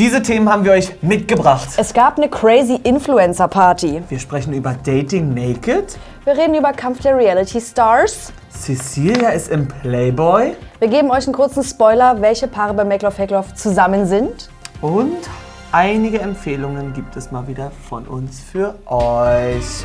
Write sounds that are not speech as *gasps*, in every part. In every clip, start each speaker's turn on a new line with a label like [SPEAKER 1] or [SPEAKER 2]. [SPEAKER 1] Diese Themen haben wir euch mitgebracht.
[SPEAKER 2] Es gab eine crazy Influencer-Party.
[SPEAKER 1] Wir sprechen über Dating Naked.
[SPEAKER 2] Wir reden über Kampf der Reality Stars.
[SPEAKER 1] Cecilia ist im Playboy.
[SPEAKER 2] Wir geben euch einen kurzen Spoiler, welche Paare bei Make Love Fake Love zusammen sind.
[SPEAKER 1] Und einige Empfehlungen gibt es mal wieder von uns für euch.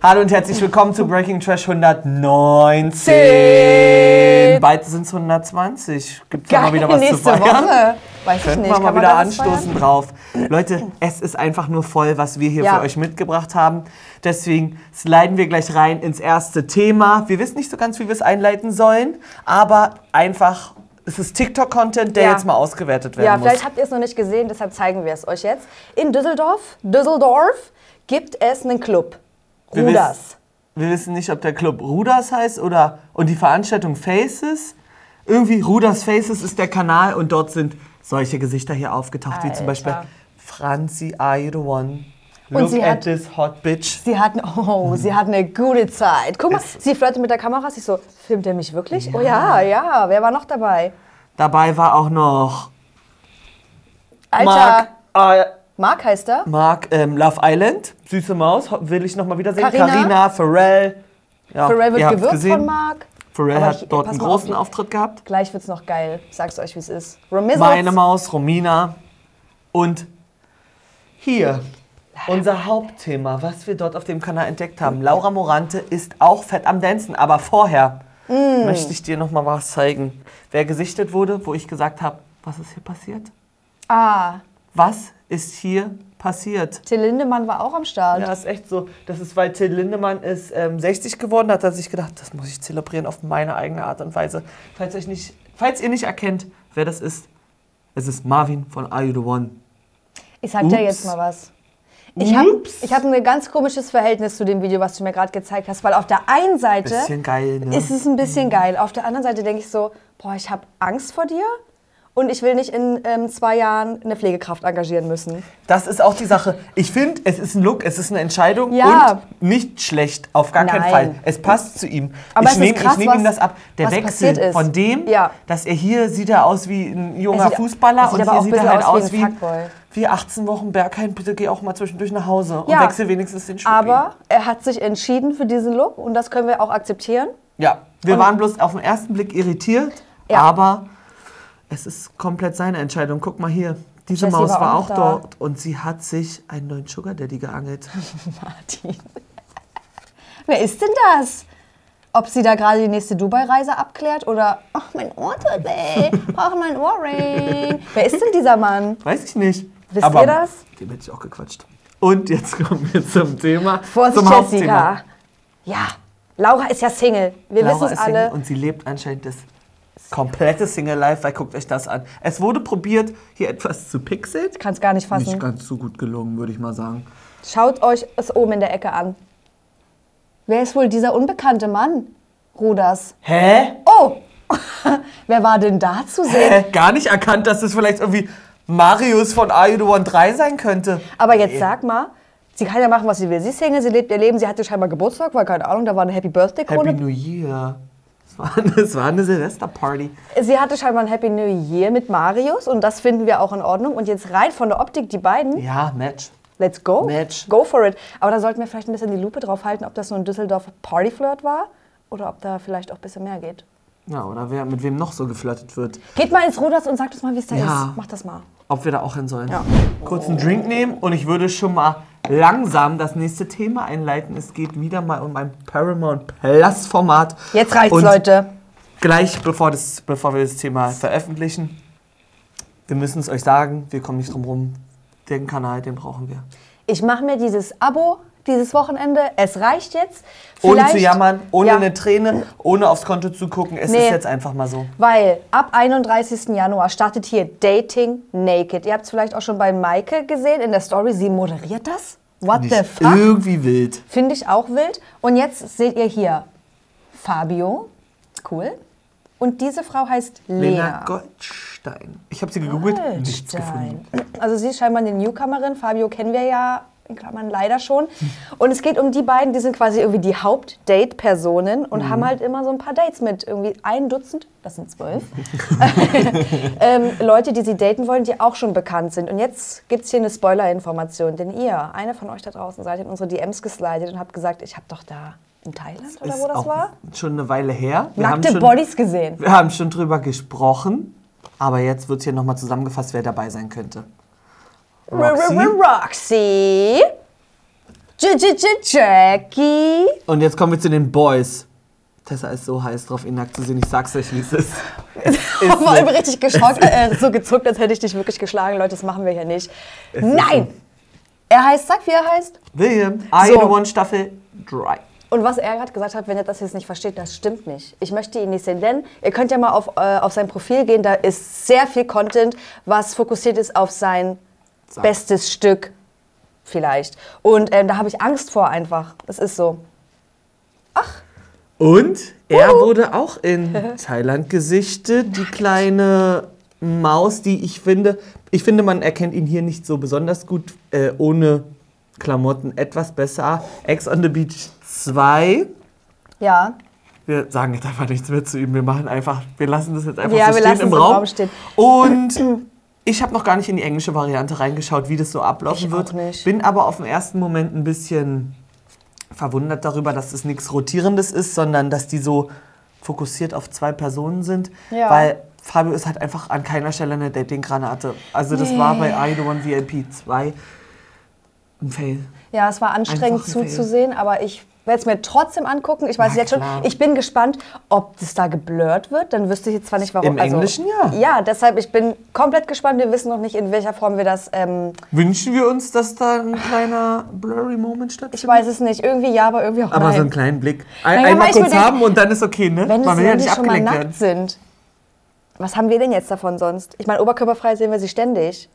[SPEAKER 1] Hallo und herzlich willkommen zu Breaking Trash 119. Bald sind es 120. Gibt es mal wieder was zu
[SPEAKER 2] nächste
[SPEAKER 1] feiern?
[SPEAKER 2] Woche. Weiß ich
[SPEAKER 1] Könnten
[SPEAKER 2] nicht.
[SPEAKER 1] wir
[SPEAKER 2] kann
[SPEAKER 1] mal
[SPEAKER 2] man
[SPEAKER 1] wieder
[SPEAKER 2] da was
[SPEAKER 1] anstoßen drauf. Leute, es ist einfach nur voll, was wir hier
[SPEAKER 2] Ja.
[SPEAKER 1] für euch mitgebracht haben. Deswegen sliden wir gleich rein ins erste Thema. Wir wissen nicht so ganz, wie wir es einleiten sollen, aber einfach, es ist TikTok-Content, der
[SPEAKER 2] Ja.
[SPEAKER 1] jetzt mal ausgewertet werden
[SPEAKER 2] Ja,
[SPEAKER 1] muss.
[SPEAKER 2] vielleicht habt ihr es noch nicht gesehen, deshalb zeigen wir es euch jetzt. In Düsseldorf, Düsseldorf gibt es einen Club.
[SPEAKER 1] Wir wissen-
[SPEAKER 2] Ruders.
[SPEAKER 1] Wir wissen nicht, ob der Club Ruders heißt oder und die Veranstaltung Faces. Irgendwie Ruders Faces ist der Kanal und dort sind solche Gesichter hier aufgetaucht, wie zum Beispiel
[SPEAKER 2] Alter.
[SPEAKER 1] Franzi Ayruan.
[SPEAKER 2] Und
[SPEAKER 1] Look
[SPEAKER 2] sie
[SPEAKER 1] at
[SPEAKER 2] hat-
[SPEAKER 1] this hot bitch.
[SPEAKER 2] Sie hatten,
[SPEAKER 1] *laughs*
[SPEAKER 2] oh, sie hatten eine gute Zeit. Guck mal, sie flirte mit der Kamera. Sie so, filmt er mich wirklich? Oh ja, ja. Wer war noch dabei?
[SPEAKER 1] Dabei war auch noch
[SPEAKER 2] Alter,
[SPEAKER 1] Mark, äh,
[SPEAKER 2] Mark heißt er.
[SPEAKER 1] Mark ähm, Love Island, süße Maus, ho- will ich nochmal wiedersehen.
[SPEAKER 2] Carina.
[SPEAKER 1] Carina, Pharrell. Ja,
[SPEAKER 2] Pharrell
[SPEAKER 1] ihr
[SPEAKER 2] wird
[SPEAKER 1] habt's
[SPEAKER 2] gewürgt
[SPEAKER 1] gesehen.
[SPEAKER 2] von Mark.
[SPEAKER 1] Pharrell
[SPEAKER 2] Aber
[SPEAKER 1] hat
[SPEAKER 2] ich-
[SPEAKER 1] dort
[SPEAKER 2] pass
[SPEAKER 1] einen
[SPEAKER 2] mal auf.
[SPEAKER 1] großen Auftritt gehabt.
[SPEAKER 2] Gleich wird's noch geil. Sag's euch, wie's ist. Remizzles.
[SPEAKER 1] Meine Maus, Romina und hier unser Hauptthema, was wir dort auf dem Kanal entdeckt haben. Laura Morante ist auch fett am Dancen, aber vorher
[SPEAKER 2] Mm.
[SPEAKER 1] möchte ich dir noch mal was zeigen. Wer gesichtet wurde, wo ich gesagt habe, was ist hier passiert?
[SPEAKER 2] Ah,
[SPEAKER 1] Was ist hier passiert?
[SPEAKER 2] Till Lindemann war auch am Start.
[SPEAKER 1] Ja, ist echt so. Das ist, weil Till Lindemann ist ähm, 60 geworden, hat er sich gedacht, das muss ich zelebrieren auf meine eigene Art und Weise. Falls, euch nicht, falls ihr nicht erkennt, wer das ist, es ist Marvin von Are You The One.
[SPEAKER 2] Ich sag dir
[SPEAKER 1] Ups.
[SPEAKER 2] jetzt mal was. Ich habe
[SPEAKER 1] Ups.
[SPEAKER 2] ich hab ein ganz komisches Verhältnis zu dem Video, was du mir gerade gezeigt hast, weil auf der einen Seite
[SPEAKER 1] Bisschen geil, ne?
[SPEAKER 2] ist es ein bisschen geil, auf der anderen Seite denke ich so, boah, ich habe Angst vor dir und ich will nicht in ähm, zwei Jahren eine Pflegekraft engagieren müssen.
[SPEAKER 1] Das ist auch die Sache. Ich finde, es ist ein Look, es ist eine Entscheidung
[SPEAKER 2] Ja.
[SPEAKER 1] und nicht schlecht, auf gar keinen
[SPEAKER 2] Nein.
[SPEAKER 1] Fall. Es passt zu ihm.
[SPEAKER 2] Aber
[SPEAKER 1] ich
[SPEAKER 2] es ist
[SPEAKER 1] nehme
[SPEAKER 2] krass,
[SPEAKER 1] nehm ihm
[SPEAKER 2] was-
[SPEAKER 1] das ab. Der
[SPEAKER 2] was passiert
[SPEAKER 1] Wechsel
[SPEAKER 2] ist.
[SPEAKER 1] von dem,
[SPEAKER 2] Ja.
[SPEAKER 1] dass er hier sieht er aus wie ein
[SPEAKER 2] Er
[SPEAKER 1] junger
[SPEAKER 2] sieht-
[SPEAKER 1] Fußballer
[SPEAKER 2] er sieht
[SPEAKER 1] und
[SPEAKER 2] aber
[SPEAKER 1] hier
[SPEAKER 2] auch
[SPEAKER 1] sieht
[SPEAKER 2] ein
[SPEAKER 1] er halt
[SPEAKER 2] bisschen aus
[SPEAKER 1] aus
[SPEAKER 2] wie
[SPEAKER 1] wie,
[SPEAKER 2] ein Fuckboy.
[SPEAKER 1] wie 18 Wochen Bergheim. Bitte geh auch mal zwischendurch nach Hause und
[SPEAKER 2] Ja.
[SPEAKER 1] wechsel wenigstens den Schuh.
[SPEAKER 2] Aber er hat sich entschieden für diesen Look und das können wir auch akzeptieren.
[SPEAKER 1] Ja, wir
[SPEAKER 2] Und-
[SPEAKER 1] waren bloß auf den ersten Blick irritiert,
[SPEAKER 2] Ja.
[SPEAKER 1] aber es ist komplett seine Entscheidung. Guck mal hier, diese
[SPEAKER 2] Jessie
[SPEAKER 1] Maus
[SPEAKER 2] war
[SPEAKER 1] war,
[SPEAKER 2] auch
[SPEAKER 1] auch
[SPEAKER 2] da.
[SPEAKER 1] dort und sie hat sich einen neuen Sugar Daddy geangelt.
[SPEAKER 2] *laughs* Martin. Wer ist denn das? Ob sie da gerade die nächste Dubai-Reise abklärt oder, ach, mein Ohr
[SPEAKER 1] *laughs*
[SPEAKER 2] tut weh, brauche mein Ohrring. Wer ist denn dieser Mann?
[SPEAKER 1] Weiß ich nicht.
[SPEAKER 2] Wisst ihr das?
[SPEAKER 1] Dem hätte ich auch gequatscht. Und jetzt kommen wir zum Thema,
[SPEAKER 2] Vorsicht,
[SPEAKER 1] zum
[SPEAKER 2] Jessica. Ja, Laura ist ja Single. Wir
[SPEAKER 1] Laura
[SPEAKER 2] wissen es
[SPEAKER 1] ist Single
[SPEAKER 2] alle.
[SPEAKER 1] Und sie lebt anscheinend das komplette Single-Life, weil guckt euch das an. Es wurde probiert, hier etwas zu pixeln.
[SPEAKER 2] Kann es gar nicht
[SPEAKER 1] Nicht
[SPEAKER 2] fassen.
[SPEAKER 1] ganz so gut gelungen, würde ich mal sagen.
[SPEAKER 2] Schaut euch es oben in der Ecke an. Wer ist wohl dieser unbekannte Mann? Ruders.
[SPEAKER 1] Hä?
[SPEAKER 2] Oh! *laughs* Wer war denn da zu sehen?
[SPEAKER 1] Hä? Gar nicht erkannt, dass das vielleicht irgendwie Marius von Are You The One 3 sein könnte.
[SPEAKER 2] Aber jetzt sag mal, sie kann ja machen, was sie will. Sie ist Single, sie lebt ihr Leben, sie hatte scheinbar Geburtstag, weil keine Ahnung, da war eine Happy Birthday
[SPEAKER 1] Happy
[SPEAKER 2] Krone.
[SPEAKER 1] New Year. Es war eine, es war eine Silvesterparty.
[SPEAKER 2] Sie hatte scheinbar ein Happy New Year mit Marius und das finden wir auch in Ordnung. Und jetzt rein von der Optik, die beiden,
[SPEAKER 1] Ja, Match.
[SPEAKER 2] let's go.
[SPEAKER 1] Match.
[SPEAKER 2] Go for it. Aber da sollten wir vielleicht ein bisschen die Lupe drauf halten, ob das nur ein Düsseldorfer Partyflirt war oder ob da vielleicht auch ein bisschen mehr geht.
[SPEAKER 1] Ja, oder wer, mit wem noch so geflirtet wird.
[SPEAKER 2] Geht mal ins Ruders und sagt uns mal, wie es da
[SPEAKER 1] Ja.
[SPEAKER 2] ist. Mach das mal.
[SPEAKER 1] ob wir da auch hin sollen.
[SPEAKER 2] Ja.
[SPEAKER 1] Kurz einen Drink nehmen und ich würde schon mal langsam das nächste Thema einleiten. Es geht wieder mal um ein Paramount Plus Format.
[SPEAKER 2] Jetzt reicht's,
[SPEAKER 1] Und
[SPEAKER 2] Leute.
[SPEAKER 1] Gleich bevor, das, bevor wir das Thema veröffentlichen, wir müssen es euch sagen, wir kommen nicht drum rum. Den Kanal, den brauchen wir.
[SPEAKER 2] Ich mache mir dieses Abo dieses Wochenende. Es reicht jetzt.
[SPEAKER 1] ohne zu
[SPEAKER 2] Vielleicht-
[SPEAKER 1] jammern, ohne
[SPEAKER 2] Ja.
[SPEAKER 1] eine Träne, ohne aufs Konto zu gucken. Es
[SPEAKER 2] Nee.
[SPEAKER 1] ist jetzt einfach mal so.
[SPEAKER 2] Weil ab 31. Januar startet hier Dating Naked. Ihr habt es vielleicht auch schon bei Maike gesehen in der Story. Sie moderiert das. What the fuck?
[SPEAKER 1] irgendwie wild.
[SPEAKER 2] Finde ich auch wild. Und jetzt seht ihr hier Fabio. Cool. Und diese Frau heißt Lena.
[SPEAKER 1] Lena Goldstein. Ich habe sie gegoogelt, nichts gefunden.
[SPEAKER 2] Also sie ist scheinbar eine Newcomerin. Fabio kennen wir ja, in Klammern leider schon. Und es geht um die beiden, die sind quasi irgendwie die Haupt-Date-Personen und
[SPEAKER 1] Mhm.
[SPEAKER 2] haben halt immer so ein paar Dates mit irgendwie ein Dutzend, das sind
[SPEAKER 1] *laughs*
[SPEAKER 2] zwölf, ähm, Leute, die sie daten wollen, die auch schon bekannt sind. Und jetzt gibt es hier eine Spoiler-Information, denn ihr, eine von euch da draußen, seid in unsere DMs geslidet und habt gesagt, ich habe doch da in Thailand oder
[SPEAKER 1] Ist
[SPEAKER 2] wo das
[SPEAKER 1] auch
[SPEAKER 2] war,
[SPEAKER 1] Schon eine Weile her. Wir
[SPEAKER 2] nackte
[SPEAKER 1] haben schon,
[SPEAKER 2] Bodies gesehen.
[SPEAKER 1] Wir haben schon drüber gesprochen, aber jetzt wird hier nochmal zusammengefasst, wer dabei sein könnte. Roxy.
[SPEAKER 2] Roxy. J -j -j Jackie.
[SPEAKER 1] Und jetzt kommen wir zu den Boys. Tessa ist so heiß drauf, ihn nackt zu sehen. Ich sag's euch, wie es ist.
[SPEAKER 2] Ich *laughs* war allem richtig geschockt, äh, so gezuckt, als hätte ich dich wirklich geschlagen. Leute, das machen wir hier nicht. Nein! Er heißt, sag wie er heißt.
[SPEAKER 1] *laughs* William, I so.
[SPEAKER 2] So.
[SPEAKER 1] One Staffel 3.
[SPEAKER 2] Und was er gerade gesagt hat, wenn ihr das jetzt nicht versteht, das stimmt nicht. Ich möchte ihn nicht sehen, denn ihr könnt ja mal auf, äh, auf sein Profil gehen. Da ist sehr viel Content, was fokussiert ist auf sein
[SPEAKER 1] Sag.
[SPEAKER 2] bestes Stück vielleicht. Und ähm, da habe ich Angst vor einfach. Das ist so.
[SPEAKER 1] Und er wurde auch *laughs* in Thailand gesichtet. Die kleine Maus, die ich finde, ich finde, man erkennt ihn hier nicht so besonders gut äh, ohne Klamotten etwas besser. Ex on the Beach 2.
[SPEAKER 2] Ja,
[SPEAKER 1] Wir sagen jetzt einfach nichts mehr zu ihm. Wir machen einfach, wir lassen das jetzt einfach
[SPEAKER 2] Ja,
[SPEAKER 1] so
[SPEAKER 2] wir
[SPEAKER 1] stehen
[SPEAKER 2] lassen
[SPEAKER 1] im,
[SPEAKER 2] es im
[SPEAKER 1] Raum.
[SPEAKER 2] Raum stehen.
[SPEAKER 1] Und ich habe noch gar nicht in die englische Variante reingeschaut, wie das so ablaufen
[SPEAKER 2] Ich
[SPEAKER 1] wird.
[SPEAKER 2] auch nicht.
[SPEAKER 1] Bin aber auf den ersten Moment ein bisschen verwundert darüber, dass es nichts Rotierendes ist, sondern dass die so fokussiert auf zwei Personen sind.
[SPEAKER 2] Ja.
[SPEAKER 1] Weil Fabio ist halt einfach an keiner Stelle eine Dating-Granate. Also das war bei I Don't Want VIP 2 ein Fail.
[SPEAKER 2] Ja, es war anstrengend
[SPEAKER 1] Einfach ein
[SPEAKER 2] zuzusehen, aber ich werde es mir trotzdem angucken. Ich weiß
[SPEAKER 1] Na
[SPEAKER 2] jetzt schon,
[SPEAKER 1] klar.
[SPEAKER 2] ich bin gespannt, ob das da geblurrt wird. Dann wüsste ich jetzt zwar nicht, warum. Also,
[SPEAKER 1] Im Englischen, ja.
[SPEAKER 2] Ja, deshalb, ich bin komplett gespannt. Wir wissen noch nicht, in welcher Form wir das. Ähm,
[SPEAKER 1] Wünschen wir uns, dass da ein kleiner blurry Moment stattfindet?
[SPEAKER 2] ich weiß es nicht. Irgendwie ja, aber irgendwie auch
[SPEAKER 1] Aber
[SPEAKER 2] nein.
[SPEAKER 1] so einen kleinen Blick. Ein,
[SPEAKER 2] Naja, weil
[SPEAKER 1] einmal
[SPEAKER 2] ich
[SPEAKER 1] kurz
[SPEAKER 2] mir denk-
[SPEAKER 1] haben und dann ist okay, ne?
[SPEAKER 2] Wenn
[SPEAKER 1] Man
[SPEAKER 2] sie
[SPEAKER 1] will ja
[SPEAKER 2] nicht
[SPEAKER 1] nicht
[SPEAKER 2] schon mal
[SPEAKER 1] abgelenkt
[SPEAKER 2] nackt
[SPEAKER 1] werden.
[SPEAKER 2] sind. Was haben wir denn jetzt davon sonst? Ich meine, oberkörperfrei sehen wir sie ständig.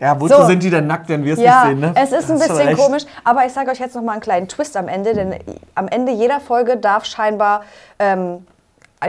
[SPEAKER 1] Ja, wozu
[SPEAKER 2] So.
[SPEAKER 1] sind die denn nackt, wenn wir es
[SPEAKER 2] Ja,
[SPEAKER 1] nicht sehen, ne?
[SPEAKER 2] es ist ein
[SPEAKER 1] Hast schon
[SPEAKER 2] bisschen
[SPEAKER 1] recht.
[SPEAKER 2] komisch, aber ich sage euch jetzt noch mal einen kleinen Twist am Ende, denn am Ende jeder Folge darf scheinbar ähm,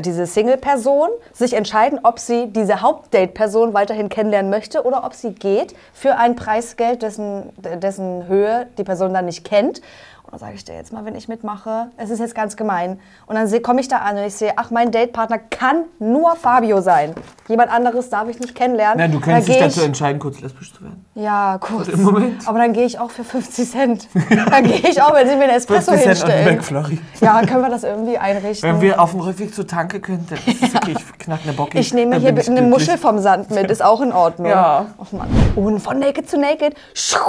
[SPEAKER 2] diese Single-Person sich entscheiden, ob sie diese Hauptdate-Person weiterhin kennenlernen möchte oder ob sie geht für ein Preisgeld, dessen, dessen Höhe die Person dann nicht kennt. Und dann sage ich dir jetzt mal, wenn ich mitmache, es ist jetzt ganz gemein. Und dann komme ich da an und ich sehe, ach, mein Datepartner kann nur Fabio sein. Jemand anderes darf ich nicht kennenlernen.
[SPEAKER 1] Na, du
[SPEAKER 2] Da
[SPEAKER 1] könntest dich
[SPEAKER 2] geh
[SPEAKER 1] dazu
[SPEAKER 2] ich-
[SPEAKER 1] entscheiden, kurz lesbisch zu werden.
[SPEAKER 2] ja, kurz.
[SPEAKER 1] Im Moment.
[SPEAKER 2] Aber dann gehe ich auch für 50 Cent. Dann gehe ich auch, wenn sie mir einen Espresso
[SPEAKER 1] 50 Cent und ein
[SPEAKER 2] hinstellen.
[SPEAKER 1] McFlurry.
[SPEAKER 2] Ja, können wir das irgendwie einrichten?
[SPEAKER 1] Wenn wir auf dem Rückweg zur Tanke könnten, das ist okay, ich knack eine Bocke.
[SPEAKER 2] ich nehme
[SPEAKER 1] dann
[SPEAKER 2] hier
[SPEAKER 1] bin ich
[SPEAKER 2] eine
[SPEAKER 1] glücklich.
[SPEAKER 2] Muschel vom Sand mit, ist auch in Ordnung.
[SPEAKER 1] Ja.
[SPEAKER 2] Och Mann. Und von Naked zu Naked, schuh,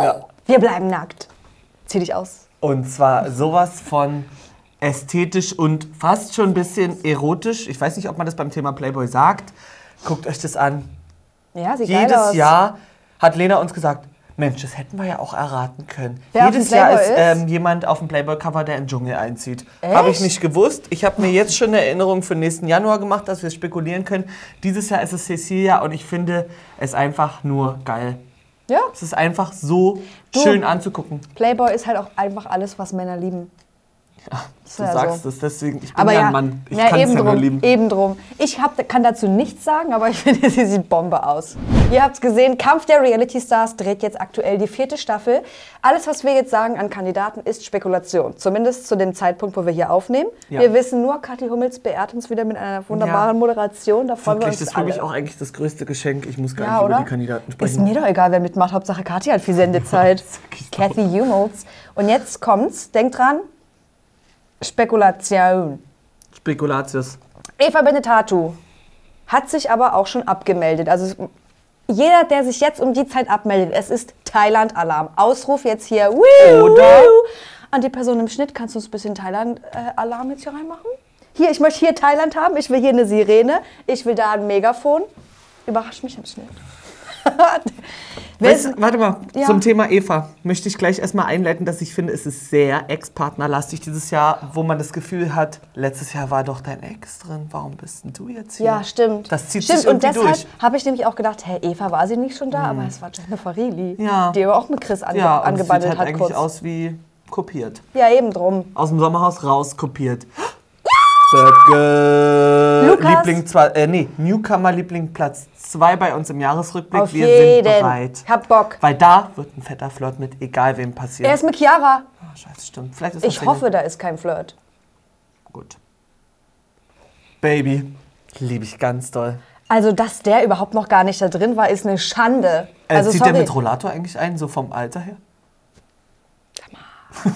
[SPEAKER 2] wir bleiben nackt. Zieh dich aus.
[SPEAKER 1] Und zwar sowas von ästhetisch und fast schon ein bisschen erotisch. Ich weiß nicht, ob man das beim Thema Playboy sagt. Guckt euch das an.
[SPEAKER 2] Ja, sieht geil
[SPEAKER 1] Jedes
[SPEAKER 2] aus.
[SPEAKER 1] Jahr hat Lena uns gesagt, Mensch, das hätten wir ja auch erraten können.
[SPEAKER 2] Wer auf
[SPEAKER 1] Jedes
[SPEAKER 2] dem
[SPEAKER 1] Jahr
[SPEAKER 2] Playboy
[SPEAKER 1] ist,
[SPEAKER 2] ist?
[SPEAKER 1] Ähm, jemand auf dem Playboy-Cover, der in den Dschungel einzieht. Habe ich
[SPEAKER 2] Echt?
[SPEAKER 1] nicht gewusst. Ich habe mir jetzt schon eine Erinnerung für nächsten Januar gemacht, dass wir spekulieren können. Dieses Jahr ist es Cecilia und ich finde es einfach nur geil.
[SPEAKER 2] Ja,
[SPEAKER 1] Es ist einfach so schön anzugucken.
[SPEAKER 2] Playboy ist halt auch einfach alles, was Männer lieben.
[SPEAKER 1] Du
[SPEAKER 2] ja so.
[SPEAKER 1] sagst es, deswegen, ich bin
[SPEAKER 2] Aber
[SPEAKER 1] ja
[SPEAKER 2] ja,
[SPEAKER 1] ein Mann. Ich
[SPEAKER 2] na,
[SPEAKER 1] kann es
[SPEAKER 2] eben
[SPEAKER 1] ja nur
[SPEAKER 2] drum,
[SPEAKER 1] lieben.
[SPEAKER 2] eben drum. Ich hab, kann dazu nichts sagen, aber ich *laughs* finde, sie sieht Bombe aus. Ihr habt's gesehen, Kampf der Reality Stars dreht jetzt aktuell die vierte Staffel. Alles, was wir jetzt sagen an Kandidaten, ist Spekulation. Zumindest zu dem Zeitpunkt, wo wir hier aufnehmen.
[SPEAKER 1] Ja.
[SPEAKER 2] Wir wissen nur, Kathi Hummels beehrt uns wieder mit einer wunderbaren
[SPEAKER 1] Ja.
[SPEAKER 2] Moderation. Da freuen
[SPEAKER 1] Wirklich,
[SPEAKER 2] wir uns
[SPEAKER 1] das ist für
[SPEAKER 2] alle.
[SPEAKER 1] mich auch eigentlich das größte Geschenk. Ich muss gar
[SPEAKER 2] Ja,
[SPEAKER 1] nicht
[SPEAKER 2] oder?
[SPEAKER 1] über die Kandidaten
[SPEAKER 2] Ist
[SPEAKER 1] sprechen.
[SPEAKER 2] mir doch egal, wer mitmacht. Hauptsache Kathi hat
[SPEAKER 1] *laughs*
[SPEAKER 2] viel Sendezeit.
[SPEAKER 1] Ja,
[SPEAKER 2] Kathy Hummels. Und jetzt kommt's. Denkt dran. Spekulation.
[SPEAKER 1] Spekulatius.
[SPEAKER 2] Eva Benetatu hat sich aber auch schon abgemeldet. Also es- jeder, der sich jetzt um die Zeit abmeldet, es ist Thailand-Alarm. Ausruf jetzt hier. Wiu,
[SPEAKER 1] Oder-
[SPEAKER 2] wiu. An die Person im Schnitt, kannst du uns ein bisschen Thailand-Alarm jetzt hier reinmachen? Hier, ich möchte hier Thailand haben, ich will hier eine Sirene, ich will da ein Megafon. Überrasch mich
[SPEAKER 1] *laughs*
[SPEAKER 2] im Schnitt.
[SPEAKER 1] Weißt, du, warte mal,
[SPEAKER 2] Ja.
[SPEAKER 1] zum Thema Eva möchte ich gleich erstmal einleiten, dass ich finde, es ist sehr ex-partnerlastig dieses Jahr, wo man das Gefühl hat, letztes Jahr war doch dein Ex drin, warum bist denn du jetzt hier?
[SPEAKER 2] Ja, stimmt.
[SPEAKER 1] Das zieht
[SPEAKER 2] stimmt.
[SPEAKER 1] sich irgendwie
[SPEAKER 2] Und deshalb
[SPEAKER 1] durch. Hm.
[SPEAKER 2] habe ich nämlich auch gedacht, hey, Eva war sie nicht schon da, aber es war Jennifer Reilly,
[SPEAKER 1] Ja.
[SPEAKER 2] die aber auch mit Chris ange
[SPEAKER 1] Ja, und es sieht
[SPEAKER 2] angebandelt
[SPEAKER 1] halt
[SPEAKER 2] hat
[SPEAKER 1] eigentlich
[SPEAKER 2] kurz.
[SPEAKER 1] aus wie kopiert.
[SPEAKER 2] Ja, eben drum. *gasps*
[SPEAKER 1] Aus dem Sommerhaus rauskopiert. Stöcke.
[SPEAKER 2] Lukas.
[SPEAKER 1] Liebling zwei, äh, nee, Newcomer-Liebling Platz 2 bei uns im Jahresrückblick.
[SPEAKER 2] Auf
[SPEAKER 1] Wir sind
[SPEAKER 2] jeden.
[SPEAKER 1] bereit.
[SPEAKER 2] Hab Bock.
[SPEAKER 1] Weil da wird ein fetter Flirt mit egal wem passieren.
[SPEAKER 2] Er ist mit Chiara.
[SPEAKER 1] Ah, Scheiße, stimmt. Vielleicht ist er
[SPEAKER 2] Ich
[SPEAKER 1] Single.
[SPEAKER 2] hoffe, da ist kein Flirt.
[SPEAKER 1] Gut. Baby, liebe ich ganz doll.
[SPEAKER 2] Also, dass der überhaupt noch gar nicht da drin war, ist eine Schande.
[SPEAKER 1] Äh,
[SPEAKER 2] Also,
[SPEAKER 1] zieht
[SPEAKER 2] sorry.
[SPEAKER 1] der mit Rollator eigentlich ein, so vom Alter her?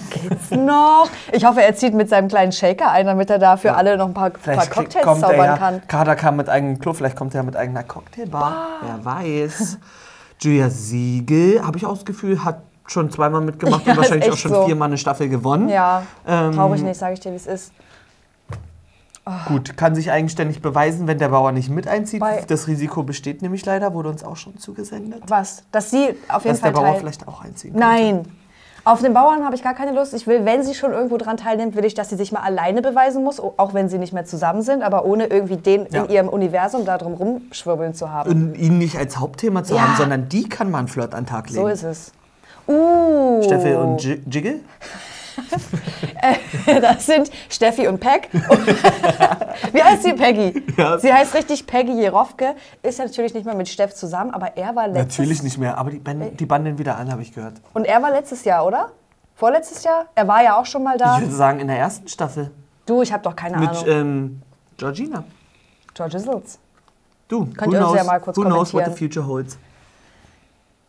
[SPEAKER 2] Geht's noch? Ich hoffe, er zieht mit seinem kleinen Shaker ein, damit er da für alle noch ein paar, paar
[SPEAKER 1] Vielleicht
[SPEAKER 2] Cocktails
[SPEAKER 1] kommt er
[SPEAKER 2] zaubern
[SPEAKER 1] ja,
[SPEAKER 2] kann.
[SPEAKER 1] Kader kam mit eigenem Klo, vielleicht kommt er mit eigener Cocktailbar. Wer weiß. *laughs* Julia Siegel, habe ich auch das Gefühl, hat schon zweimal
[SPEAKER 2] *laughs*
[SPEAKER 1] mitgemacht
[SPEAKER 2] Ja,
[SPEAKER 1] und
[SPEAKER 2] ist
[SPEAKER 1] wahrscheinlich auch
[SPEAKER 2] echt
[SPEAKER 1] schon
[SPEAKER 2] so.
[SPEAKER 1] viermal eine Staffel gewonnen.
[SPEAKER 2] Ja,
[SPEAKER 1] Ähm,
[SPEAKER 2] traurig nicht, sage ich dir, wie es ist.
[SPEAKER 1] Gut, kann sich eigenständig beweisen, wenn der Bauer nicht mit einzieht.
[SPEAKER 2] Bei-
[SPEAKER 1] das Risiko besteht nämlich leider, wurde uns auch schon zugesendet.
[SPEAKER 2] Was? Dass sie auf jeden
[SPEAKER 1] Dass der
[SPEAKER 2] Fall
[SPEAKER 1] Bauer
[SPEAKER 2] teil...
[SPEAKER 1] vielleicht auch einziehen könnte.
[SPEAKER 2] Nein. Auf den Bauern habe ich gar keine Lust. Ich will, wenn sie schon irgendwo dran teilnimmt, will ich, dass sie sich mal alleine beweisen muss, auch wenn sie nicht mehr zusammen sind, aber ohne irgendwie den
[SPEAKER 1] Ja.
[SPEAKER 2] in ihrem Universum da drum rumschwirbeln zu haben.
[SPEAKER 1] Und ihn nicht als Hauptthema zu
[SPEAKER 2] Ja.
[SPEAKER 1] haben, sondern die kann man Flirt an den Tag legen.
[SPEAKER 2] So ist es. Uh,
[SPEAKER 1] Steffel und J Jiggle?
[SPEAKER 2] *laughs* das sind Steffi und *laughs* Peg. Wie heißt sie Peggy?
[SPEAKER 1] Ja.
[SPEAKER 2] Sie heißt richtig Peggy Jerofke, ist ja natürlich nicht mehr mit Steff zusammen, aber er war letztes
[SPEAKER 1] Natürlich nicht mehr, aber die, ben, die banden wieder an, habe ich gehört.
[SPEAKER 2] Und er war letztes Jahr, oder? Vorletztes Jahr? Er war ja auch schon mal da.
[SPEAKER 1] Ich würde sagen, in der ersten Staffel
[SPEAKER 2] Du, ich habe doch keine
[SPEAKER 1] mit
[SPEAKER 2] Ahnung.
[SPEAKER 1] ähm, Georgina.
[SPEAKER 2] George Izzles.
[SPEAKER 1] Du,
[SPEAKER 2] Könnt ihr uns ja mal kurz
[SPEAKER 1] who knows what the
[SPEAKER 2] kommentieren.
[SPEAKER 1] future holds.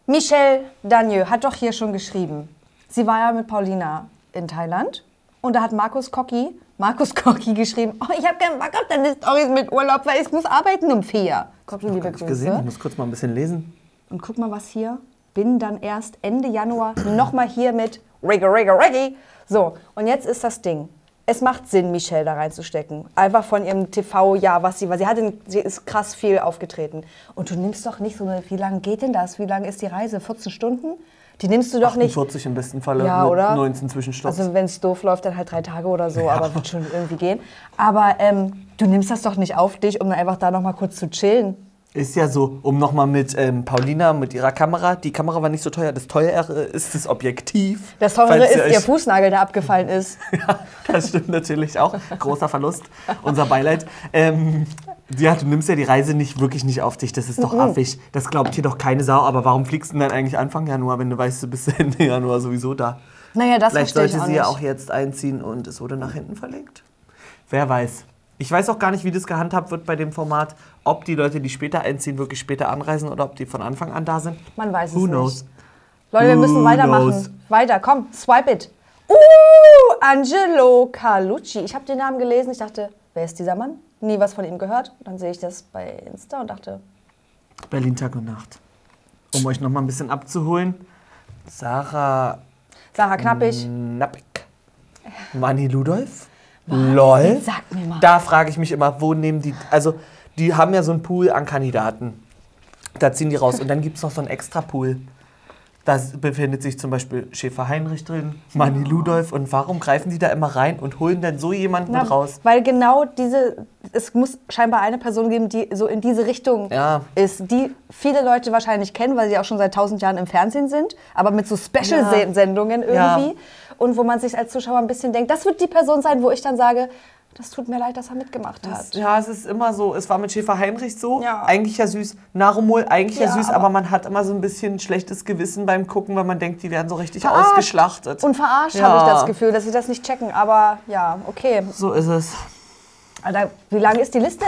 [SPEAKER 2] Michelle Dagneux hat doch hier schon geschrieben. Sie war ja mit Paulina in Thailand und da hat Markus Kocki, Markus *laughs* Kocki geschrieben, oh, ich habe keinen Bock auf deine Storys mit Urlaub, weil ich muss arbeiten um vier. Kommt und liebe
[SPEAKER 1] Hab ich gesehen, ich
[SPEAKER 2] Grüße.
[SPEAKER 1] muss kurz mal ein bisschen lesen.
[SPEAKER 2] Und guck mal, was hier. Bin dann erst Ende Januar nochmal hier mit Rigga, Rigga, Riggi. So, und jetzt ist das Ding. Es macht Sinn, Michelle da reinzustecken. Einfach von ihrem TV-Jahr, was sie war. Sie, hatte, sie ist krass viel aufgetreten. Und du nimmst doch nicht so eine, wie lange geht denn das? Wie lange ist die Reise? 14 Stunden? Die nimmst du doch nicht.
[SPEAKER 1] 40 im besten Falle,
[SPEAKER 2] Ja,
[SPEAKER 1] mit
[SPEAKER 2] oder?
[SPEAKER 1] 19 Zwischenstopps.
[SPEAKER 2] Also wenn es doof läuft, dann halt drei Tage
[SPEAKER 1] *laughs*
[SPEAKER 2] oder so, aber wird schon irgendwie gehen. Aber ähm, du nimmst das doch nicht auf dich, um dann einfach da nochmal kurz zu chillen.
[SPEAKER 1] Ist ja so, um nochmal mit ähm, Paulina, mit ihrer Kamera. Die Kamera war nicht so teuer. Das Teure ist das Objektiv.
[SPEAKER 2] Das Teure
[SPEAKER 1] Falls
[SPEAKER 2] ist,
[SPEAKER 1] ihr euch-
[SPEAKER 2] ihr Fußnagel, der abgefallen ist.
[SPEAKER 1] *laughs* Ja, das stimmt natürlich auch. Großer Verlust. Unser Beileid. Ähm, ja, du nimmst ja die Reise nicht wirklich nicht auf dich. Das ist
[SPEAKER 2] Mhm.
[SPEAKER 1] doch affig. Das glaubt hier doch keine Sau. Aber warum fliegst du denn dann eigentlich Anfang Januar, wenn du weißt, du bist *laughs* Ende Januar sowieso da?
[SPEAKER 2] Naja, das
[SPEAKER 1] Vielleicht
[SPEAKER 2] verstehe ich
[SPEAKER 1] sollte
[SPEAKER 2] auch
[SPEAKER 1] sie
[SPEAKER 2] nicht.
[SPEAKER 1] ja auch jetzt einziehen und es wurde nach hinten verlegt. Wer weiß. Ich weiß auch gar nicht, wie das gehandhabt wird bei dem Format, ob die Leute, die später einziehen, wirklich später anreisen oder ob die von Anfang an da sind.
[SPEAKER 2] Man weiß es
[SPEAKER 1] Who
[SPEAKER 2] nicht.
[SPEAKER 1] knows?
[SPEAKER 2] Leute, wir
[SPEAKER 1] Who
[SPEAKER 2] müssen weitermachen.
[SPEAKER 1] knows?
[SPEAKER 2] Weiter, komm, swipe it. Uh, Angelo Carlucci. Ich habe den Namen gelesen, ich dachte, wer ist dieser Mann? Nie was von ihm gehört. Dann sehe ich das bei Insta und dachte,
[SPEAKER 1] Berlin Tag und Nacht. Um euch noch mal ein bisschen abzuholen. Sarah
[SPEAKER 2] Sarah Knappig.
[SPEAKER 1] Knappig. Manni Ludolf. LOL.
[SPEAKER 2] sag mir mal.
[SPEAKER 1] Da frage ich mich immer, wo nehmen die. Also, die haben ja so einen Pool an Kandidaten. Da ziehen die raus. Und dann gibt es noch so einen extra Pool. Da s- befindet sich zum Beispiel Schäfer-Heinrich drin, Manni Ludolf. Und warum greifen die da immer rein und holen dann so jemanden
[SPEAKER 2] Na,
[SPEAKER 1] raus?
[SPEAKER 2] Weil genau diese, es muss scheinbar eine Person geben, die so in diese Richtung
[SPEAKER 1] Ja.
[SPEAKER 2] ist, die viele Leute wahrscheinlich kennen, weil sie auch schon seit tausend Jahren im Fernsehen sind, aber mit so Special-Sendungen
[SPEAKER 1] Ja.
[SPEAKER 2] irgendwie. Und wo man sich als Zuschauer ein bisschen denkt, das wird die Person sein, wo ich dann sage, das tut mir leid, dass er mitgemacht hat.
[SPEAKER 1] Ja, es ist immer so. Es war mit Schäfer-Heinrich so.
[SPEAKER 2] Ja.
[SPEAKER 1] Eigentlich ja süß. Narumol eigentlich ja,
[SPEAKER 2] Ja,
[SPEAKER 1] süß,
[SPEAKER 2] aber-
[SPEAKER 1] aber man hat immer so ein bisschen schlechtes Gewissen beim Gucken, weil man denkt, die werden so richtig
[SPEAKER 2] Verarscht.
[SPEAKER 1] ausgeschlachtet.
[SPEAKER 2] Und verarscht
[SPEAKER 1] Ja.
[SPEAKER 2] habe ich das Gefühl, dass sie das nicht checken. Aber ja, okay.
[SPEAKER 1] So ist es.
[SPEAKER 2] Alter, wie lang ist die Liste?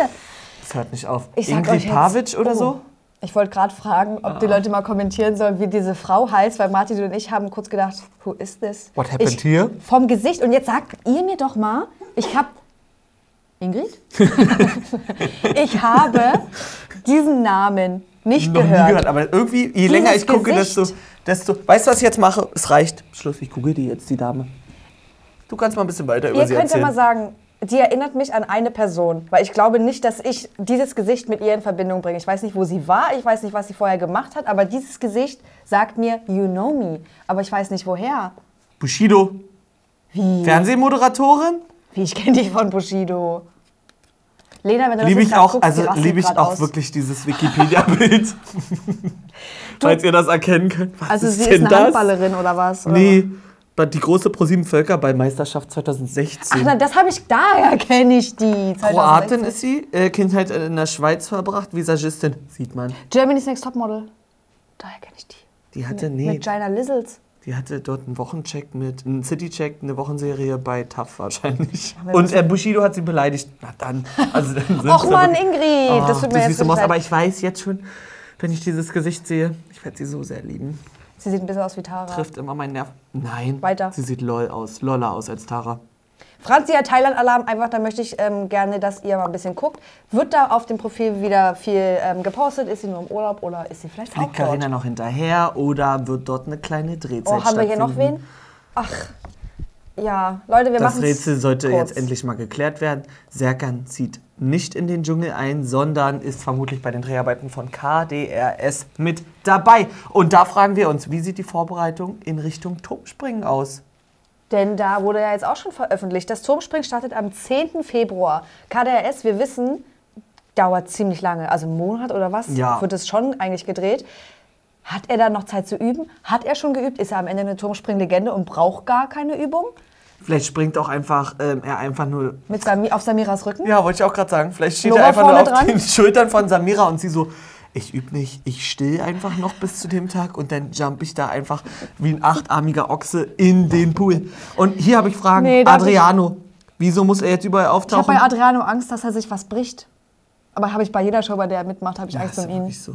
[SPEAKER 1] Es hört nicht auf.
[SPEAKER 2] Ich sag euch
[SPEAKER 1] Ingrid
[SPEAKER 2] jetzt-
[SPEAKER 1] Pavic oder
[SPEAKER 2] Oh.
[SPEAKER 1] so?
[SPEAKER 2] Ich wollte gerade fragen, ob die Leute mal kommentieren sollen, wie diese Frau heißt, weil Martin und ich haben kurz gedacht, who is this?
[SPEAKER 1] What happened
[SPEAKER 2] ich,
[SPEAKER 1] here?
[SPEAKER 2] Vom Gesicht. Und jetzt sagt ihr mir doch mal, ich habe...
[SPEAKER 1] *laughs*
[SPEAKER 2] Ingrid? ich habe diesen Namen nicht
[SPEAKER 1] Noch nie
[SPEAKER 2] gehört.
[SPEAKER 1] gehört, aber irgendwie, je länger ich gucke,
[SPEAKER 2] Gesicht.
[SPEAKER 1] desto, desto. Weißt du, was ich jetzt mache? Es reicht. Schluss, ich google die jetzt, die Dame. Du kannst mal ein bisschen weiter über
[SPEAKER 2] Ihr
[SPEAKER 1] sie
[SPEAKER 2] könnt ja
[SPEAKER 1] erzählen.
[SPEAKER 2] mal sagen, die erinnert mich an eine Person, weil ich glaube nicht, dass ich dieses Gesicht mit ihr in Verbindung bringe. Ich weiß nicht, wo sie war, ich weiß nicht, was sie vorher gemacht hat, aber dieses Gesicht sagt mir, you know me, aber ich weiß nicht woher.
[SPEAKER 1] Bushido,
[SPEAKER 2] Wie?
[SPEAKER 1] Fernsehmoderatorin?
[SPEAKER 2] Wie ich kenne dich von Bushido. Lena, wenn du das
[SPEAKER 1] Liebe
[SPEAKER 2] jetzt
[SPEAKER 1] ich
[SPEAKER 2] grad
[SPEAKER 1] auch,
[SPEAKER 2] guckst, die
[SPEAKER 1] also
[SPEAKER 2] rastet
[SPEAKER 1] liebe ich
[SPEAKER 2] grad
[SPEAKER 1] auch
[SPEAKER 2] aus.
[SPEAKER 1] wirklich dieses
[SPEAKER 2] *laughs*
[SPEAKER 1] Wikipedia-Bild. *laughs* Falls ihr das erkennen könnt. Was
[SPEAKER 2] Also
[SPEAKER 1] ist
[SPEAKER 2] sie ist
[SPEAKER 1] denn
[SPEAKER 2] eine
[SPEAKER 1] das?
[SPEAKER 2] Handballerin oder was?
[SPEAKER 1] Nee, die große ProSieben-Völkerball-Meisterschaft 2016.
[SPEAKER 2] Ach, na, das habe ich, daher kenne ich die. 2016.
[SPEAKER 1] Kroatin ist sie, äh, Kindheit in der Schweiz verbracht, Visagistin, sieht man.
[SPEAKER 2] Germany's Next Topmodel. Daher kenne ich die.
[SPEAKER 1] Die hatte, nee,
[SPEAKER 2] Mit Gina Lizzles.
[SPEAKER 1] die hatte dort einen Wochencheck mit, einen Citycheck, eine Wochenserie bei TAF wahrscheinlich. Und äh, Bushido hat sie beleidigt. Na dann, also dann *laughs* sind Ah,
[SPEAKER 2] Och Mann, Ingrid, das tut mir
[SPEAKER 1] süße
[SPEAKER 2] jetzt wirklich
[SPEAKER 1] Maus,
[SPEAKER 2] leid.
[SPEAKER 1] aber ich weiß jetzt schon, wenn ich dieses Gesicht sehe, ich werde sie so sehr lieben.
[SPEAKER 2] Sie sieht ein bisschen aus wie Tara.
[SPEAKER 1] Trifft immer meinen Nerv. Nein.
[SPEAKER 2] Weiter.
[SPEAKER 1] Sie sieht lol aus, loller aus als Tara.
[SPEAKER 2] Franzi hat Thailand-Alarm, einfach, da möchte ich ähm, gerne, dass ihr mal ein bisschen guckt. Wird da auf dem Profil wieder viel ähm, gepostet? Ist sie nur im Urlaub oder ist sie vielleicht auch
[SPEAKER 1] Fliegt
[SPEAKER 2] dort?
[SPEAKER 1] Carina noch hinterher oder wird dort eine kleine Drehzeit
[SPEAKER 2] Oh, haben wir hier noch
[SPEAKER 1] stattfinden?
[SPEAKER 2] wen? Ach, ja. Leute, wir machen
[SPEAKER 1] Das Rätsel sollte jetzt endlich mal geklärt werden. Serkan zieht nicht in den Dschungel ein, sondern ist vermutlich bei den Dreharbeiten von KDRS mit dabei. Und da fragen wir uns, wie sieht die Vorbereitung in Richtung Turmspringen aus?
[SPEAKER 2] Denn da wurde ja jetzt auch schon veröffentlicht. Das Turmspringen startet am 10. Februar. KDRS, wir wissen, dauert ziemlich lange. Also einen Monat oder was
[SPEAKER 1] Ja.
[SPEAKER 2] wird es schon eigentlich gedreht. Hat er da noch Zeit zu üben? Hat er schon geübt? Ist er am Ende eine Turmspringlegende und braucht gar keine Übung?
[SPEAKER 1] Vielleicht springt auch einfach ähm, er einfach nur.
[SPEAKER 2] Mit Sami auf Samiras Rücken?
[SPEAKER 1] Ja, wollte ich auch gerade sagen. Vielleicht steht
[SPEAKER 2] Nora
[SPEAKER 1] er einfach nur
[SPEAKER 2] vorne
[SPEAKER 1] auf
[SPEAKER 2] dran?
[SPEAKER 1] den *laughs* Schultern von Samira und sie so. Ich übe nicht, ich still einfach noch bis zu dem Tag und dann jump ich da einfach wie ein achtarmiger Ochse in den Pool. Und hier habe ich Fragen.
[SPEAKER 2] Nee, darf ich-
[SPEAKER 1] Adriano, wieso muss er jetzt überall
[SPEAKER 2] Ich habe
[SPEAKER 1] auftauchen?
[SPEAKER 2] bei Adriano Angst, dass er sich was bricht. Aber habe ich bei jeder Show, bei der er mitmacht, habe ich Angst
[SPEAKER 1] ist
[SPEAKER 2] um
[SPEAKER 1] aber
[SPEAKER 2] ihn.
[SPEAKER 1] nicht so.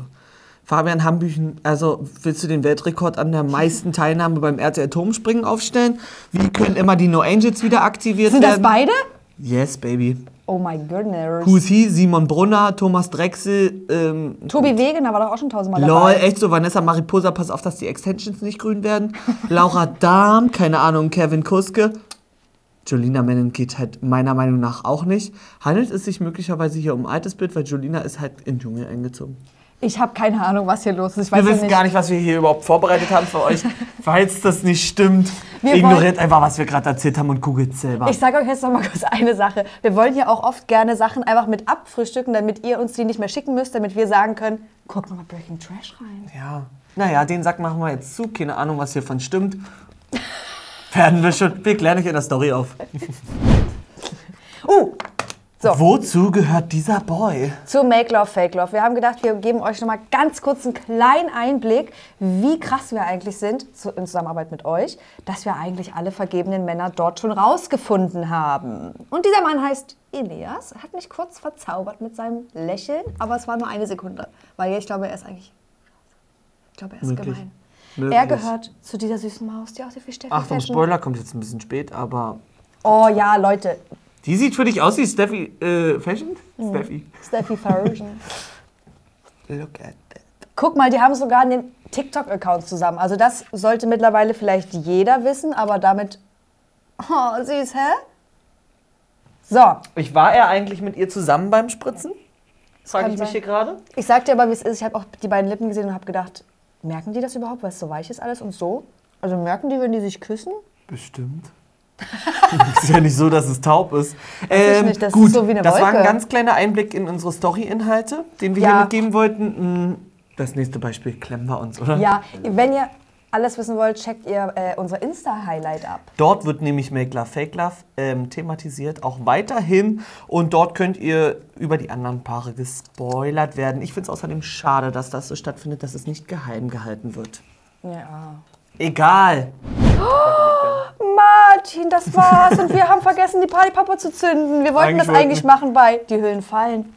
[SPEAKER 1] Fabian Hambüchen, also willst du den Weltrekord an der meisten Teilnahme beim RTL Turmspringen aufstellen? Wie können immer die No Angels wieder aktiviert
[SPEAKER 2] Sind
[SPEAKER 1] werden?
[SPEAKER 2] das beide?
[SPEAKER 1] yes, baby.
[SPEAKER 2] Oh my goodness.
[SPEAKER 1] Who's he? Simon Brunner, Thomas Drechsel, ähm,
[SPEAKER 2] Tobi Wegener war doch auch schon tausendmal
[SPEAKER 1] lol,
[SPEAKER 2] dabei.
[SPEAKER 1] echt so, Vanessa Mariposa, pass auf, dass die Extensions nicht grün werden. Laura Dahm, keine Ahnung, Kevin Kuske. Jolina Mennen geht halt meiner Meinung nach auch nicht. Handelt es sich möglicherweise hier um ein altes Bild, weil Jolina ist halt in den Dschungel eingezogen.
[SPEAKER 2] Ich habe keine Ahnung, was hier los ist. Ich weiß
[SPEAKER 1] Wir
[SPEAKER 2] ja
[SPEAKER 1] wissen
[SPEAKER 2] nicht.
[SPEAKER 1] gar nicht, was wir hier überhaupt vorbereitet haben für
[SPEAKER 2] *laughs*
[SPEAKER 1] euch. Falls das nicht stimmt,
[SPEAKER 2] Wir
[SPEAKER 1] ignoriert einfach, was wir gerade erzählt haben und googelt selber.
[SPEAKER 2] Ich sage euch jetzt noch mal kurz eine Sache. Wir wollen ja auch oft gerne Sachen einfach mit abfrühstücken, damit ihr uns die nicht mehr schicken müsst, damit wir sagen können, guck mal Breaking Trash rein.
[SPEAKER 1] ja. Naja, den Sack machen wir jetzt zu. Keine Ahnung, was hiervon stimmt. Werden wir schon. Wir klären euch in der Story auf.
[SPEAKER 2] Uh, So.
[SPEAKER 1] Wozu gehört dieser Boy?
[SPEAKER 2] zu Make Love, Fake Love. Wir haben gedacht, wir geben euch noch mal ganz kurz einen kleinen Einblick, wie krass wir eigentlich sind, zu, in Zusammenarbeit mit euch, dass wir eigentlich alle vergebenen Männer dort schon rausgefunden haben. Und dieser Mann heißt Elias, hat mich kurz verzaubert mit seinem Lächeln, aber es war nur eine Sekunde, weil ich glaube, er ist eigentlich, ich glaube, er ist
[SPEAKER 1] Möglich.
[SPEAKER 2] gemein.
[SPEAKER 1] Möglich.
[SPEAKER 2] Er gehört zu dieser süßen Maus, die aussieht wie Steffi
[SPEAKER 1] Achtung,
[SPEAKER 2] Fashion.
[SPEAKER 1] Spoiler kommt jetzt ein bisschen spät, aber.
[SPEAKER 2] Oh ja, Leute,
[SPEAKER 1] Die sieht für dich aus wie Steffi. Äh, Fashion?
[SPEAKER 2] Mhm.
[SPEAKER 1] Steffi.
[SPEAKER 2] Steffi Fashion.
[SPEAKER 1] Look at that.
[SPEAKER 2] Guck mal, die haben sogar einen TikTok-Account zusammen. Also das sollte mittlerweile vielleicht jeder wissen, aber damit... Oh, süß, hä? So,
[SPEAKER 1] Ich war er eigentlich mit ihr zusammen beim Spritzen? Frage
[SPEAKER 2] kann
[SPEAKER 1] ich
[SPEAKER 2] sein.
[SPEAKER 1] mich hier gerade.
[SPEAKER 2] ich sag dir aber, wie es ist. Ich habe auch die beiden Lippen gesehen und habe gedacht, merken die das überhaupt, weil es so weich ist alles und so? Also merken die, wenn die sich küssen?
[SPEAKER 1] Bestimmt. *laughs* ist ja nicht so, dass es taub ist.
[SPEAKER 2] ich
[SPEAKER 1] Ähm,
[SPEAKER 2] nicht, das ist
[SPEAKER 1] gut,
[SPEAKER 2] so wie eine
[SPEAKER 1] das war ein
[SPEAKER 2] Wolke.
[SPEAKER 1] ganz kleiner Einblick in unsere Story-Inhalte, den wir
[SPEAKER 2] Ja.
[SPEAKER 1] hier mitgeben wollten. Mm, Das nächste Beispiel klemmen wir uns, oder?
[SPEAKER 2] Ja, wenn ihr alles wissen wollt, checkt ihr äh, unser Insta-Highlight ab.
[SPEAKER 1] Dort wird nämlich Make Love, Fake Love ähm, thematisiert, auch weiterhin. Und dort könnt ihr über die anderen Paare gespoilert werden. Ich finde es außerdem schade, dass das so stattfindet, dass es nicht geheim gehalten wird.
[SPEAKER 2] Ja.
[SPEAKER 1] Egal.
[SPEAKER 2] Martin, das war's. Und wir haben vergessen, die Partypappe zu zünden. Wir wollten
[SPEAKER 1] Eigentlich
[SPEAKER 2] das eigentlich machen bei Die Höhlen fallen.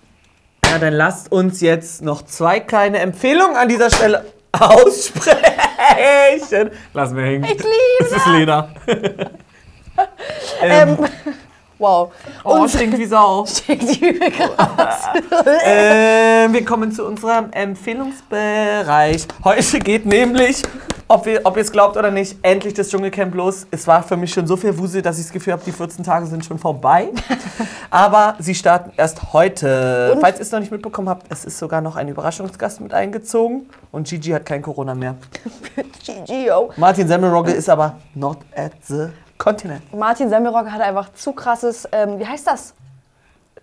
[SPEAKER 1] Ja, dann lasst uns jetzt noch zwei kleine Empfehlungen an dieser Stelle *laughs* aussprechen. Lass mir hängen.
[SPEAKER 2] Ich liebe
[SPEAKER 1] Es ist Lena. ähm,
[SPEAKER 2] Ähm, *laughs* wow.
[SPEAKER 1] oh,
[SPEAKER 2] *laughs* Und
[SPEAKER 1] stinkt wie Sau.
[SPEAKER 2] schickt die Höhle
[SPEAKER 1] ähm, wir kommen zu unserem Empfehlungsbereich. Heute geht nämlich, ob, wir, ob ihr es glaubt oder nicht, endlich das Dschungelcamp los. Es war für mich schon so viel Wusel, dass ich das Gefühl habe, die 14 Tage sind schon vorbei. Aber sie starten erst heute. Falls ihr es noch nicht mitbekommen habt, es ist sogar noch ein Überraschungsgast mit eingezogen. Und Gigi hat kein Corona mehr.
[SPEAKER 2] Gigio.
[SPEAKER 1] Martin Semmelrogge ist aber not at the continent.
[SPEAKER 2] Martin Semmelrock hatte einfach zu krasses, ähm, wie heißt das?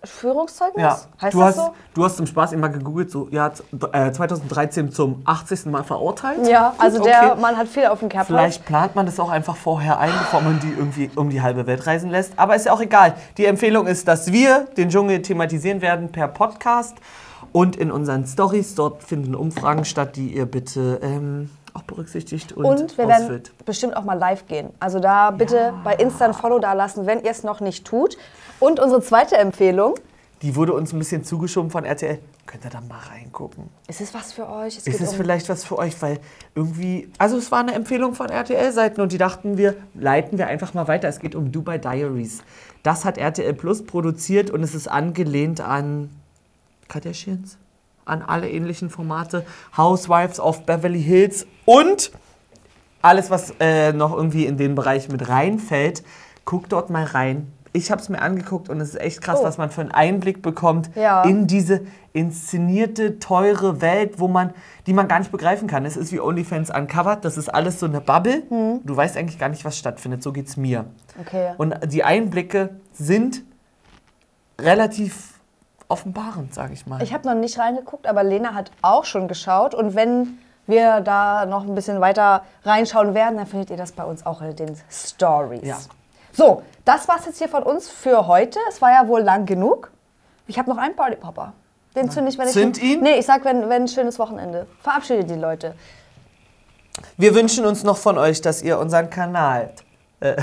[SPEAKER 2] Führungszeugnis?
[SPEAKER 1] Ja.
[SPEAKER 2] Heißt
[SPEAKER 1] du,
[SPEAKER 2] das
[SPEAKER 1] hast,
[SPEAKER 2] so?
[SPEAKER 1] du hast zum Spaß immer gegoogelt, so, ja, z- äh, 2013 zum 80. Mal verurteilt.
[SPEAKER 2] Ja,
[SPEAKER 1] Gut,
[SPEAKER 2] also der
[SPEAKER 1] okay.
[SPEAKER 2] Mann hat viel auf dem Kerbholz.
[SPEAKER 1] Vielleicht plant man das auch einfach vorher ein, bevor man die irgendwie um die halbe Welt reisen lässt. Aber ist ja auch egal. Die Empfehlung ist, dass wir den Dschungel thematisieren werden per Podcast und in unseren Stories. Dort finden Umfragen statt, die ihr bitte ähm, auch berücksichtigt und,
[SPEAKER 2] Und wir werden
[SPEAKER 1] ausfüllt.
[SPEAKER 2] bestimmt auch mal live gehen. Also da bitte bei Insta ein Follow da lassen, wenn ihr es noch nicht tut. Und unsere zweite Empfehlung.
[SPEAKER 1] Die wurde uns ein bisschen zugeschoben von RTL. Könnt ihr da mal reingucken?
[SPEAKER 2] Ist es was für euch? Es
[SPEAKER 1] Ist
[SPEAKER 2] geht
[SPEAKER 1] es
[SPEAKER 2] um-
[SPEAKER 1] vielleicht was für euch? Weil irgendwie, also es war eine Empfehlung von RTL-Seiten und die dachten wir, leiten wir einfach mal weiter. Es geht um Dubai Diaries. Das hat RTL Plus produziert und es ist angelehnt an Kardashians, an alle ähnlichen Formate, Housewives of Beverly Hills und alles, was äh, noch irgendwie in den Bereich mit reinfällt. Guckt dort mal rein. Ich habe es mir angeguckt und es ist echt krass,
[SPEAKER 2] Oh.
[SPEAKER 1] was man für einen Einblick bekommt
[SPEAKER 2] Ja.
[SPEAKER 1] in diese inszenierte, teure Welt, wo man, die man gar nicht begreifen kann. Es ist wie OnlyFans Uncovered, das ist alles so eine Bubble.
[SPEAKER 2] Mhm.
[SPEAKER 1] Du weißt eigentlich gar nicht, was stattfindet. So geht's mir.
[SPEAKER 2] Okay.
[SPEAKER 1] Und die Einblicke sind relativ offenbarend, sage ich mal.
[SPEAKER 2] Ich habe noch nicht reingeguckt, aber Lena hat auch schon geschaut. Und wenn wir da noch ein bisschen weiter reinschauen werden, dann findet ihr das bei uns auch in den Stories.
[SPEAKER 1] Ja.
[SPEAKER 2] So, das war's jetzt hier von uns für heute. Es war ja wohl lang genug. Ich habe noch einen Partypopper. Den zünd ich, wenn ich.
[SPEAKER 1] Zünd ihn?
[SPEAKER 2] Nee, ich sag, wenn, wenn ein schönes Wochenende. Verabschiede die Leute.
[SPEAKER 1] Wir wünschen uns noch von euch, dass ihr unseren Kanal.
[SPEAKER 2] *laughs*
[SPEAKER 1] Äh.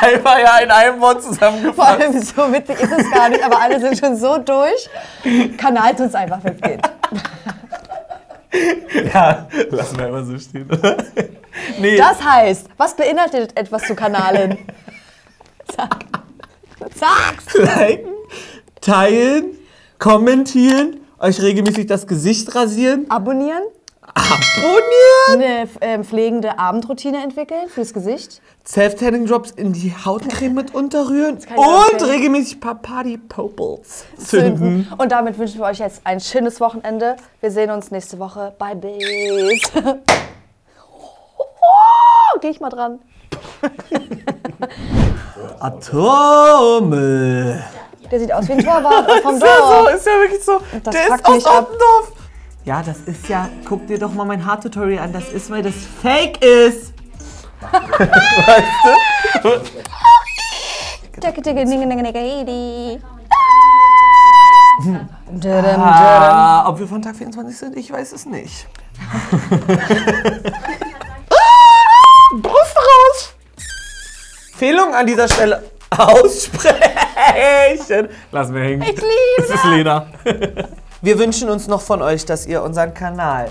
[SPEAKER 1] Einfach ja in einem Wort
[SPEAKER 2] Vor
[SPEAKER 1] zusammengefasst.
[SPEAKER 2] allem so witzig ist es gar nicht, aber alle sind schon so durch. Kanal tut's einfach mitgehen.
[SPEAKER 1] *laughs* Ja, lassen wir immer so stehen. nee,
[SPEAKER 2] Das heißt, was beinhaltet etwas zu Kanalen? Sag. Sag's!
[SPEAKER 1] liken, teilen, kommentieren, euch regelmäßig das Gesicht rasieren,
[SPEAKER 2] Abonnieren?
[SPEAKER 1] abonnieren,
[SPEAKER 2] Eine f- ähm, pflegende Abendroutine entwickeln fürs Gesicht?
[SPEAKER 1] Self-Tanning-Drops in die Hautcreme mit unterrühren
[SPEAKER 2] kann ich auch
[SPEAKER 1] und
[SPEAKER 2] empfehlen.
[SPEAKER 1] regelmäßig ein paar Party-Popels zünden.
[SPEAKER 2] Und damit wünschen wir euch jetzt ein schönes Wochenende. Wir sehen uns nächste Woche. Bye, Babes. Oh, geh ich mal dran.
[SPEAKER 1] Atome.
[SPEAKER 2] Der sieht aus wie ein Torwart auch vom
[SPEAKER 1] Ist ja so,
[SPEAKER 2] Dorf.
[SPEAKER 1] ist ja wirklich so.
[SPEAKER 2] Das
[SPEAKER 1] der ist
[SPEAKER 2] fuckt
[SPEAKER 1] aus
[SPEAKER 2] mich ab.
[SPEAKER 1] Oppendorf. Ja, das ist ja, guck dir doch mal mein Haartutorial an. Das ist, weil das fake ist.
[SPEAKER 2] Dicke, dicke, dicke, dicke, dicke, dicke.
[SPEAKER 1] Ah, ob wir von Tag 24 sind, ich weiß es nicht. ah, *laughs* Brust raus. Empfehlung an dieser Stelle. Aussprechen. Lass mir hängen.
[SPEAKER 2] Ich liebe
[SPEAKER 1] Es ist Lena. Wir wünschen uns noch von euch, dass ihr unseren Kanal